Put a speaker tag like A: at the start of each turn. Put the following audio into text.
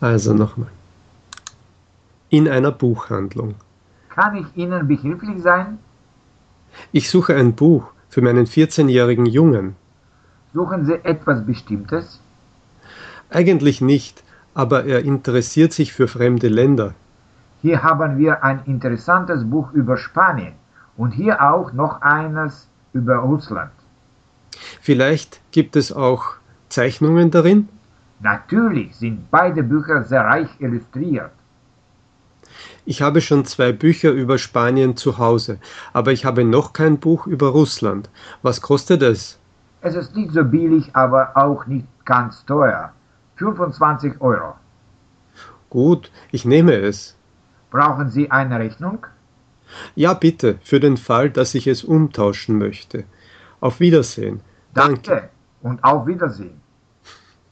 A: Also nochmal. In einer Buchhandlung.
B: Kann ich Ihnen behilflich sein?
A: Ich suche ein Buch für meinen 14-jährigen Jungen.
B: Suchen Sie etwas Bestimmtes?
A: Eigentlich nicht, aber er interessiert sich für fremde Länder.
B: Hier haben wir ein interessantes Buch über Spanien und hier auch noch eines über Russland.
A: Vielleicht gibt es auch Zeichnungen darin?
B: Natürlich sind beide Bücher sehr reich illustriert.
A: Ich habe schon zwei Bücher über Spanien zu Hause, aber ich habe noch kein Buch über Russland. Was kostet es?
B: Es ist nicht so billig, aber auch nicht ganz teuer. 25 Euro.
A: Gut, ich nehme es.
B: Brauchen Sie eine Rechnung?
A: Ja, bitte, für den Fall, dass ich es umtauschen möchte. Auf Wiedersehen.
B: Danke und auf Wiedersehen.